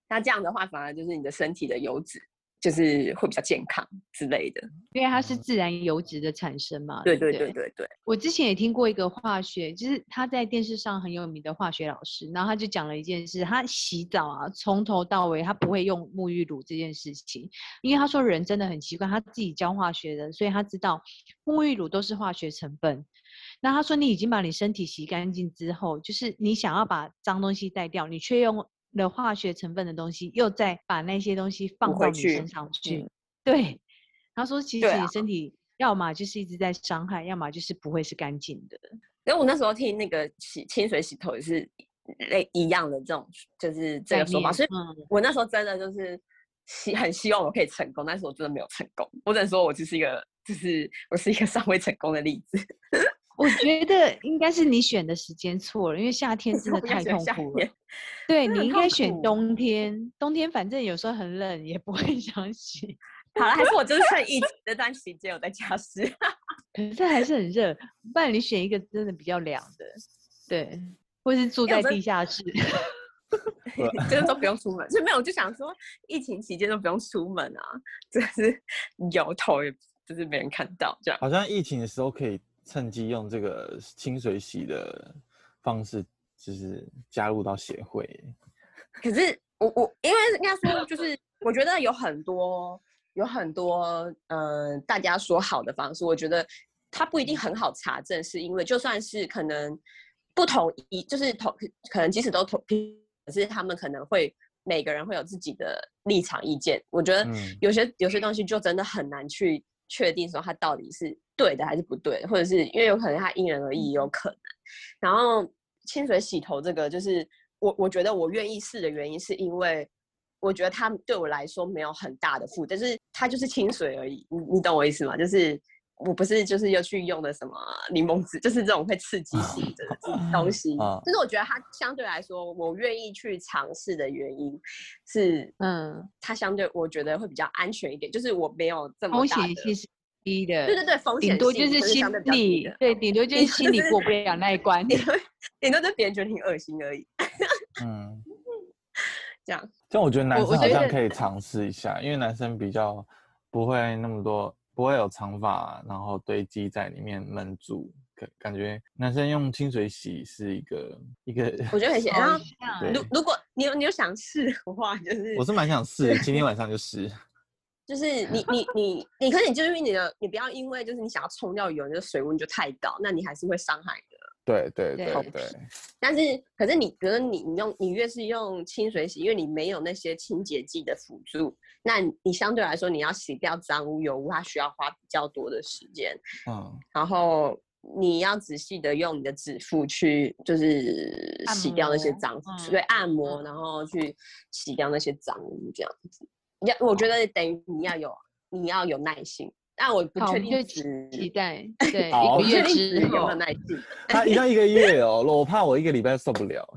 [SPEAKER 2] 那这样的话，反而就是你的身体的油脂就是会比较健康之类的。
[SPEAKER 4] 因为它是
[SPEAKER 5] 嗯
[SPEAKER 4] 自然油脂的产生嘛，
[SPEAKER 2] 对
[SPEAKER 4] 不
[SPEAKER 2] 对对对对，
[SPEAKER 4] 我之前也听过一个化学，就是他在电视上很有名的化学老师，然后他就讲了一件事，他洗澡啊，从头到尾他不会用沐浴乳这件事情，因为他说人真的很奇怪，他自己教化学的，所以他知道沐浴乳都是化学成分。那他说你已经把你身体洗干净之后，就是你想要把脏东西带掉，你却用了化学成分的东西，又再把那些东西放
[SPEAKER 2] 回
[SPEAKER 4] 到你
[SPEAKER 2] 去
[SPEAKER 4] 身上去，
[SPEAKER 2] 嗯
[SPEAKER 4] 对。他说：“其实
[SPEAKER 2] 对
[SPEAKER 4] 你
[SPEAKER 2] 啊
[SPEAKER 4] 身体要么就是一直在伤害，要么就是不会是干净的。
[SPEAKER 2] 因为我那时候听那个洗清水洗头也是类一样的这种，就是这
[SPEAKER 4] 概
[SPEAKER 2] 个说法，
[SPEAKER 4] 念
[SPEAKER 2] 所以
[SPEAKER 4] 嗯
[SPEAKER 2] 我那时候真的就是希很希望我可以成功，但是我真的没有成功。我只能说我就是一个，就是我是一个 尚未成功的例子。
[SPEAKER 4] 我觉得应该是你选的时间错了，因为夏天 真的太痛苦了。。对
[SPEAKER 2] 真的很
[SPEAKER 4] 你应该
[SPEAKER 2] 痛
[SPEAKER 4] 选
[SPEAKER 2] 苦
[SPEAKER 4] 冬天，冬天反正有时候很冷，也不会 想洗。
[SPEAKER 2] 好了，还是我就是趁疫情这段期间我在家湿。
[SPEAKER 4] 可是还是很热，不然你选一个真的比较凉的，对，或是住
[SPEAKER 2] 因为哎我
[SPEAKER 4] 在
[SPEAKER 2] 真
[SPEAKER 4] 地下室。啊
[SPEAKER 2] 就是都不用出门，就没有我就想说，疫情期间都不用出门啊，就是有头也就是没人看到这样。
[SPEAKER 5] 好像疫情的时候可以趁机用这个清水洗的方式，就是加入到协会。
[SPEAKER 2] 可是我我因为应该说就是，我觉得有很多有很多呃，大家说好的方式，我觉得它不一定很好查证，是因为就算是可能不同意，就是同可能即使都同，可是他们可能会每个人会有自己的立场意见。我觉得
[SPEAKER 5] 嗯
[SPEAKER 2] 有些、有些东西就真的很难去确定说它到底是对的还是不对的，或者是因为有可能它因人而异，也有可能。然后清水洗头这个，就是我我觉得我愿意试的原因，是因为我觉得它对我来说没有很大的负担，就是它就是清水而已，你你懂我意思吗？就是我不是就是又去用的什么柠檬汁，就是这种会刺激性 的东西
[SPEAKER 5] 啊，
[SPEAKER 4] 哦
[SPEAKER 2] 就是我觉得它相对来说，我愿意去尝试的原因是。
[SPEAKER 4] 嗯，
[SPEAKER 2] 它相对我觉得会比较安全一点，就是我没有这么
[SPEAKER 4] 风
[SPEAKER 2] 大的
[SPEAKER 4] 险性是低的，
[SPEAKER 2] 对对对，风险
[SPEAKER 4] 顶多就
[SPEAKER 2] 性
[SPEAKER 4] 是心
[SPEAKER 2] 相对比较低
[SPEAKER 4] 理
[SPEAKER 2] 的，
[SPEAKER 4] 对，顶多就
[SPEAKER 2] 你
[SPEAKER 4] 是心理
[SPEAKER 2] 就是
[SPEAKER 4] 过不了那一关。
[SPEAKER 2] 顶多就别人觉得你恶心而已。
[SPEAKER 5] 嗯，
[SPEAKER 2] 这样，
[SPEAKER 5] 但我觉得男
[SPEAKER 4] 我
[SPEAKER 5] 生
[SPEAKER 4] 我
[SPEAKER 5] 好
[SPEAKER 4] 觉
[SPEAKER 5] 像
[SPEAKER 4] 得
[SPEAKER 5] 可以尝试一下，因为男生比较不会那么多，不会有长发，然后堆积在里面闷住，感感觉男生用清水洗是一个一个，
[SPEAKER 2] 我觉得很显。然后
[SPEAKER 4] 好像
[SPEAKER 5] 对
[SPEAKER 2] 如如果你有你有想试的话，就是
[SPEAKER 5] 我是蛮想试的，今天晚上就试。
[SPEAKER 2] 就是你你你你，可是你就是因为你的，你不要因为就是你想要冲掉油，你的水温就太高，那你还是会伤害的。
[SPEAKER 5] 对对
[SPEAKER 4] 对
[SPEAKER 5] 对对，
[SPEAKER 2] 但是可是你，比如说你你用你越是用清水洗，因为你没有那些清洁剂的辅助，那你你相对来说你要洗掉脏污油污，它需要花比较多的时间。
[SPEAKER 5] 嗯，
[SPEAKER 2] 然后你要仔细的用你的指腹去，就是
[SPEAKER 4] 按
[SPEAKER 2] 洗掉那些
[SPEAKER 4] 摩
[SPEAKER 2] 脏，
[SPEAKER 4] 嗯
[SPEAKER 2] 对，按摩，
[SPEAKER 4] 嗯
[SPEAKER 2] 然后去洗掉那些脏污，这样子。要我觉得等于你要有你要有耐心，但我不
[SPEAKER 4] 好，我
[SPEAKER 2] 确
[SPEAKER 4] 们就
[SPEAKER 2] 定
[SPEAKER 4] 期
[SPEAKER 2] 值，
[SPEAKER 4] 期待 对
[SPEAKER 5] 好
[SPEAKER 2] 不
[SPEAKER 4] 一个
[SPEAKER 2] 确
[SPEAKER 4] 月
[SPEAKER 2] 定值
[SPEAKER 4] 之
[SPEAKER 2] 有没
[SPEAKER 4] 后
[SPEAKER 2] 有。耐心，
[SPEAKER 5] 他一定要一个月哦，我怕我一个礼拜受不了。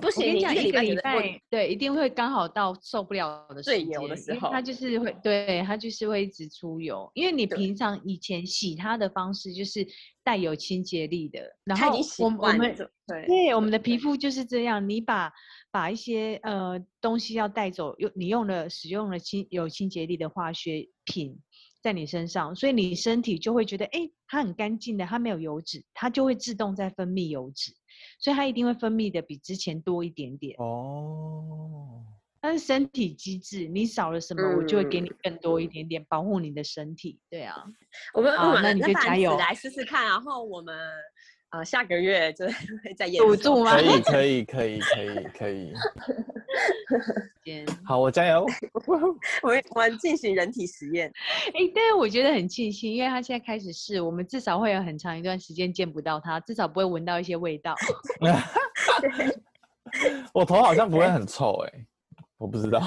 [SPEAKER 2] 不
[SPEAKER 4] 我
[SPEAKER 2] 行，
[SPEAKER 4] 跟
[SPEAKER 2] 你
[SPEAKER 4] 你讲，
[SPEAKER 2] 一
[SPEAKER 4] 一
[SPEAKER 2] 个
[SPEAKER 4] 个
[SPEAKER 2] 礼
[SPEAKER 4] 礼
[SPEAKER 2] 拜绝对
[SPEAKER 4] 拜对，一定会刚好到受不了的
[SPEAKER 2] 最
[SPEAKER 4] 时
[SPEAKER 2] 油的
[SPEAKER 4] 间
[SPEAKER 2] 时
[SPEAKER 4] 因为它
[SPEAKER 2] 候
[SPEAKER 4] 就是会，对，它就是会一直出油，因为你
[SPEAKER 2] 对
[SPEAKER 4] 平常以前洗它的方式就是带有清洁力的，然
[SPEAKER 2] 他已
[SPEAKER 4] 后
[SPEAKER 2] 经习
[SPEAKER 4] 我们我
[SPEAKER 2] 惯
[SPEAKER 4] 们
[SPEAKER 2] 了对，
[SPEAKER 4] 对我们的皮肤就是这样，你把把一些呃东西要带走，用你用了使用了清有清洁力的化学品在你身上，所以你身体就会觉得，哎，它很干净的，它没有油脂，它就会自动在分泌油脂，所以它一定会分泌的比之前多一点点。
[SPEAKER 5] 哦，
[SPEAKER 4] 但是身体机制，你少了什么，我就会给你
[SPEAKER 5] 嗯
[SPEAKER 4] 更多一点点，保护你的身体。对啊，
[SPEAKER 2] 我们
[SPEAKER 4] 好
[SPEAKER 2] 我们
[SPEAKER 4] 那你就
[SPEAKER 2] 反
[SPEAKER 4] 加
[SPEAKER 2] 正
[SPEAKER 4] 油
[SPEAKER 2] 来试试看，然后我们呃下个月就是 会再验
[SPEAKER 4] 堵
[SPEAKER 2] 收
[SPEAKER 4] 住吗
[SPEAKER 5] 可以可以可以可以可以，
[SPEAKER 4] 先
[SPEAKER 5] 好，我加油。
[SPEAKER 2] 我们我们进行人体实验，
[SPEAKER 4] 哎、但是我觉得很庆幸，因为他现在开始试，我们至少会有很长一段时间见不到他，至少不会闻到一些味道。
[SPEAKER 5] 我头好像不会很臭哎、我不知道，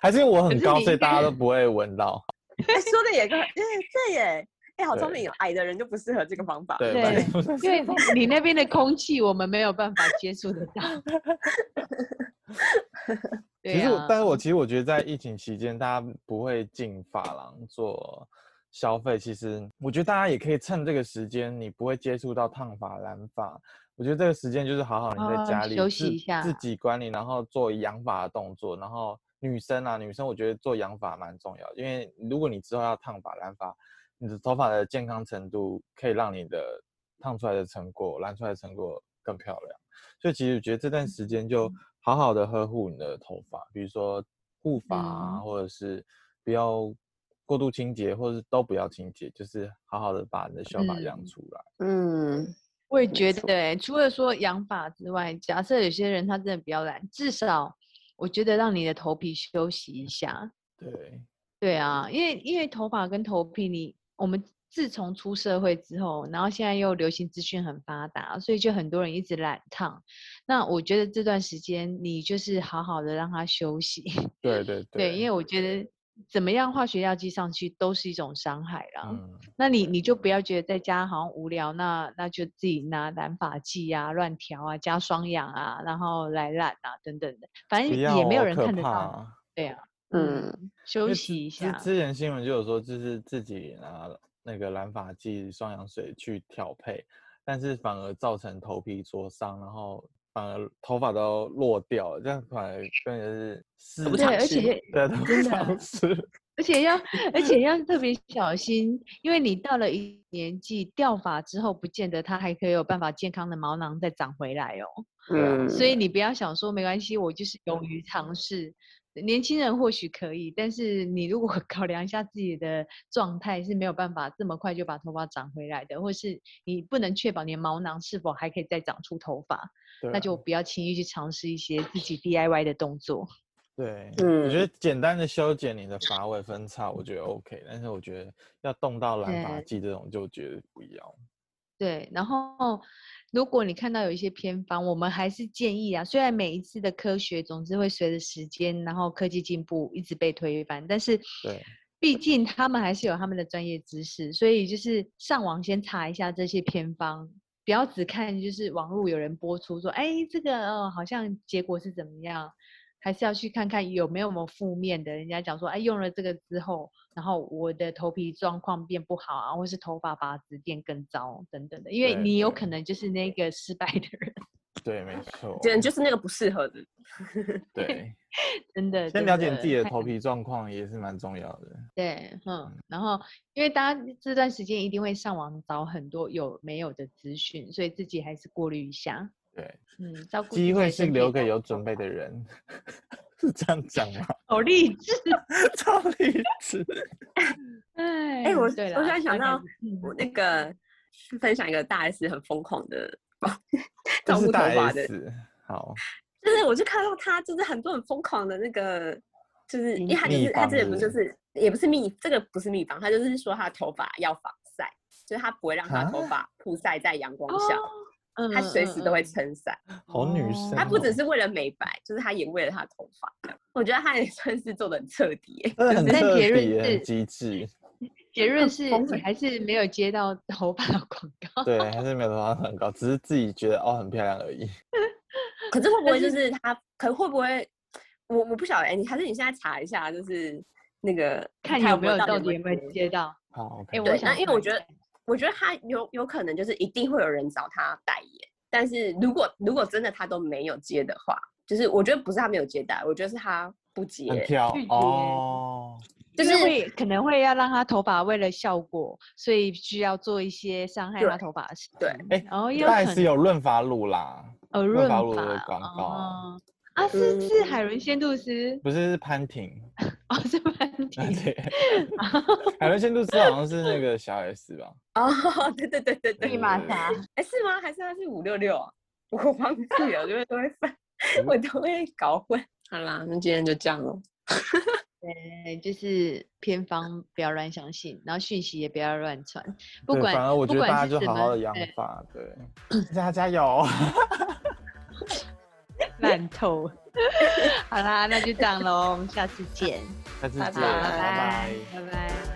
[SPEAKER 5] 还是因为我
[SPEAKER 4] 可
[SPEAKER 5] 很
[SPEAKER 4] 是
[SPEAKER 5] 高，
[SPEAKER 4] 你
[SPEAKER 5] 所以
[SPEAKER 4] 应该
[SPEAKER 5] 大家都不会闻到。
[SPEAKER 2] 哎，说的也对，哎，对耶，哎，好聪
[SPEAKER 5] 对
[SPEAKER 2] 明哦！矮的人就不适合这个方法。
[SPEAKER 5] 对，
[SPEAKER 4] 对
[SPEAKER 5] 反正不是
[SPEAKER 4] 因为你那边的空气，我们没有办法接触得到。 对
[SPEAKER 5] 其实我
[SPEAKER 4] 啊，
[SPEAKER 5] 但啊是我其实我觉得在疫情期间，大家不会进发廊做消费，其实我觉得大家也可以趁这个时间，你不会接触到烫发、染发，我觉得这个时间就是好好你在
[SPEAKER 4] 哦
[SPEAKER 5] 家里、
[SPEAKER 4] 休
[SPEAKER 5] 自
[SPEAKER 4] 息一下啊
[SPEAKER 5] 自己管理，然后做养发的动作，然后女生啊，女生我觉得做养发蛮重要的，因为如果你之后要烫发、染发，你的头发的健康程度可以让你的烫出来的成果、染出来的成果更漂亮。所以其实我觉得这
[SPEAKER 4] 嗯
[SPEAKER 5] 段时间就好好的呵护你的头发，比如说护发啊，
[SPEAKER 4] 嗯
[SPEAKER 5] 或者是不要过度清洁，或者是都不要清洁，就是好好的把你的秀发养
[SPEAKER 4] 嗯
[SPEAKER 5] 出来。
[SPEAKER 2] 嗯，
[SPEAKER 4] 我也
[SPEAKER 2] 没
[SPEAKER 4] 觉得
[SPEAKER 2] 错
[SPEAKER 4] 欸、除了说养发之外，假设有些人他真的比较懒，至少我觉得让你的头皮休息一下。
[SPEAKER 5] 对，
[SPEAKER 4] 对啊，因为因为头发跟头皮你，我们自从出社会之后，然后现在又流行资讯很发达，所以就很多人一直懒躺。那我觉得这段时间你就是好好的让他休息，
[SPEAKER 2] 嗯
[SPEAKER 5] 对对
[SPEAKER 4] 对，因为我觉得怎么样化学药剂上去都是一种伤害啦。
[SPEAKER 5] 嗯
[SPEAKER 4] 那你你就不要觉得在家好像无聊，那那就自己拿染发剂啊、乱调啊、加双氧啊，然后来染啊等等的，反正
[SPEAKER 5] 不要
[SPEAKER 4] 也没有
[SPEAKER 5] 好
[SPEAKER 4] 人
[SPEAKER 5] 可
[SPEAKER 4] 看得
[SPEAKER 5] 怕
[SPEAKER 4] 到。
[SPEAKER 5] 啊
[SPEAKER 4] 对啊，
[SPEAKER 2] 嗯
[SPEAKER 4] 嗯，
[SPEAKER 5] 因
[SPEAKER 4] 休
[SPEAKER 5] 为
[SPEAKER 4] 息
[SPEAKER 5] 之
[SPEAKER 4] 一
[SPEAKER 5] 之
[SPEAKER 4] 下。
[SPEAKER 5] 之前新闻就有说，就是自己拿那个染发剂、双氧水去调配，但是反而造成头皮灼伤，然后反而头发都落掉了，这样反而根本就是失
[SPEAKER 2] 不
[SPEAKER 4] 对，
[SPEAKER 2] 常
[SPEAKER 4] 而
[SPEAKER 2] 去
[SPEAKER 4] 且
[SPEAKER 5] 对， 都不
[SPEAKER 4] 真的啊
[SPEAKER 5] 尝试。
[SPEAKER 4] 而且要，而且要特别小心，因为你到了一年纪掉发之后，不见得它还可以有办法健康的毛囊再长回来哦。
[SPEAKER 5] 对啊
[SPEAKER 4] 所以你不要想说没关系，我就是勇于尝试。呃年轻人或许可以，但是你如果 考量一下自己的状态，是没有办法这么快就把头发长回来的，或是你不能确保你的毛囊是否还可以再长出头发，
[SPEAKER 5] 对
[SPEAKER 4] 那
[SPEAKER 5] 啊
[SPEAKER 4] 就不要轻易去尝试一些自己 DIY 的动作。
[SPEAKER 5] 对，我
[SPEAKER 2] 嗯
[SPEAKER 5] 觉得简单的修剪你的发尾分叉，我觉得 OK，但是我觉得要动到染发
[SPEAKER 4] 对
[SPEAKER 5] 剂这种，就觉得不要。
[SPEAKER 4] 对，然后如果你看到有一些偏方，我们还是建议啊，虽然每一次的科学总是会随着时间，然后科技进步一直被推翻，但是
[SPEAKER 5] 对
[SPEAKER 4] 毕竟他们还是有他们的专业知识，所以就是上网先查一下这些偏方。不要只看就是网络有人播出说，哎，这个哦好像结果是怎么样，还是要去看看有没有没有负面的。人家讲说，哎，用了这个之后，然后我的头皮状况变不好啊，或是头发发质变更糟等等的，因为
[SPEAKER 5] 对
[SPEAKER 4] 你有
[SPEAKER 5] 对
[SPEAKER 4] 可能就是那个失败的人，
[SPEAKER 5] 对，没错。
[SPEAKER 2] 简直就是那个不适合的。
[SPEAKER 5] 对，
[SPEAKER 4] 真的。
[SPEAKER 5] 先
[SPEAKER 4] 真
[SPEAKER 5] 了解你自己的
[SPEAKER 4] 太
[SPEAKER 5] 头皮状况也是蛮重要的。
[SPEAKER 4] 对，嗯，然后因为大家这段时间一定会上网找很多有没有的资讯，所以自己还是过滤一下，
[SPEAKER 5] 对，
[SPEAKER 4] 嗯，照顾
[SPEAKER 5] 机
[SPEAKER 4] 自己
[SPEAKER 5] 会
[SPEAKER 4] 的
[SPEAKER 5] 是
[SPEAKER 4] 身体哦
[SPEAKER 5] 留
[SPEAKER 4] 的
[SPEAKER 5] 给有准
[SPEAKER 4] 状
[SPEAKER 5] 备的人， 是这样讲吗？
[SPEAKER 4] 况，好励志，
[SPEAKER 5] 超励 志。
[SPEAKER 4] 哎
[SPEAKER 2] 我
[SPEAKER 4] 对
[SPEAKER 2] 我突
[SPEAKER 4] 啦
[SPEAKER 2] 然想
[SPEAKER 4] 大概
[SPEAKER 2] 到
[SPEAKER 4] 是嗯
[SPEAKER 2] 我那个分享一个大 S 很疯狂的
[SPEAKER 5] 这
[SPEAKER 2] 照
[SPEAKER 5] 是
[SPEAKER 2] 顾头
[SPEAKER 5] 大
[SPEAKER 2] 发的，
[SPEAKER 5] S。好，
[SPEAKER 2] 就是我就看到他就是很多很疯狂的那个，就是因为他就
[SPEAKER 5] 秘
[SPEAKER 2] 是他之前
[SPEAKER 5] 方
[SPEAKER 2] 不就
[SPEAKER 5] 日
[SPEAKER 2] 是也不是秘这个不是秘方，他就是说他头发要防晒，就是他不会让他头
[SPEAKER 5] 啊
[SPEAKER 2] 发曝晒在阳光下，
[SPEAKER 4] 嗯
[SPEAKER 2] 他随时都会
[SPEAKER 4] 嗯
[SPEAKER 2] 撑伞。
[SPEAKER 5] 好女
[SPEAKER 4] 哦
[SPEAKER 5] 生。
[SPEAKER 2] 他不只
[SPEAKER 5] 是
[SPEAKER 2] 是为了美白，就是他也为了他的头发。我觉得他也算是做的很彻底耶、
[SPEAKER 5] 真的很
[SPEAKER 4] 但
[SPEAKER 5] 彻
[SPEAKER 4] 结论
[SPEAKER 5] 底也
[SPEAKER 4] 是
[SPEAKER 5] 很机智，
[SPEAKER 4] 嗯结论是
[SPEAKER 2] 疯
[SPEAKER 4] 你
[SPEAKER 2] 欸
[SPEAKER 4] 还是没有接到头发的广告，
[SPEAKER 5] 对，还是没有头发很高，只是自己觉得哦很漂亮而已。
[SPEAKER 2] 可是会不会就是他？可会不会？我我不晓得、你还是你现在查一下，就是那个
[SPEAKER 4] 看
[SPEAKER 2] 他
[SPEAKER 4] 有没有到
[SPEAKER 2] 到
[SPEAKER 4] 底有没有接到。
[SPEAKER 5] 好
[SPEAKER 4] 哎，
[SPEAKER 5] ，OK，
[SPEAKER 4] 我
[SPEAKER 2] 对
[SPEAKER 4] 想
[SPEAKER 2] 那因为我
[SPEAKER 4] 看一
[SPEAKER 2] 觉得
[SPEAKER 4] 下
[SPEAKER 2] 我觉得他有有可能就是一定会有人找他代言，但是如果如果真的他都没有接的话，就是我觉得不是他没有接待，我觉得是他不接，
[SPEAKER 5] 很挑
[SPEAKER 4] 拒绝
[SPEAKER 5] 哦。
[SPEAKER 2] 就
[SPEAKER 4] 因为
[SPEAKER 2] 是
[SPEAKER 4] 会可能会要让他头发为了效果，所以需要做一些伤害他
[SPEAKER 2] 对
[SPEAKER 4] 头发的事情。
[SPEAKER 2] 对
[SPEAKER 5] 哎
[SPEAKER 4] 然嗯哦后也有
[SPEAKER 5] 大
[SPEAKER 4] 可
[SPEAKER 5] S 有润发乳啦，
[SPEAKER 4] 呃
[SPEAKER 5] 润
[SPEAKER 4] 润
[SPEAKER 5] 发
[SPEAKER 4] 发
[SPEAKER 5] 乳的广告啊
[SPEAKER 4] 哦啊，是
[SPEAKER 2] 嗯
[SPEAKER 4] 是海伦仙度丝
[SPEAKER 5] 不是是潘 婷，
[SPEAKER 4] 哦，是潘婷，
[SPEAKER 5] 对，海伦仙度丝好像是那个小 S 吧？
[SPEAKER 2] 哦， 对对对对对，
[SPEAKER 4] 密码啥？
[SPEAKER 2] 哎是吗？还是他是五六六啊？ 我忘记了，因为都会翻， 我都会搞混。好啦，那今天就这样了。
[SPEAKER 4] 对，就是偏方不要乱相信，然后讯息也不要乱传，不
[SPEAKER 5] 对
[SPEAKER 4] 管
[SPEAKER 5] 反而我
[SPEAKER 4] 不
[SPEAKER 5] 觉得
[SPEAKER 4] 管
[SPEAKER 5] 大家
[SPEAKER 4] 是
[SPEAKER 5] 就
[SPEAKER 4] 什
[SPEAKER 5] 好
[SPEAKER 4] 么
[SPEAKER 5] 好的养
[SPEAKER 4] 对
[SPEAKER 5] 发，对， 大家加油。哦
[SPEAKER 4] 烂透。 好啦，那就这样喽，我们下次见，
[SPEAKER 5] 下次
[SPEAKER 4] 拜
[SPEAKER 5] 见，
[SPEAKER 4] 拜
[SPEAKER 5] 拜拜。
[SPEAKER 4] 拜拜。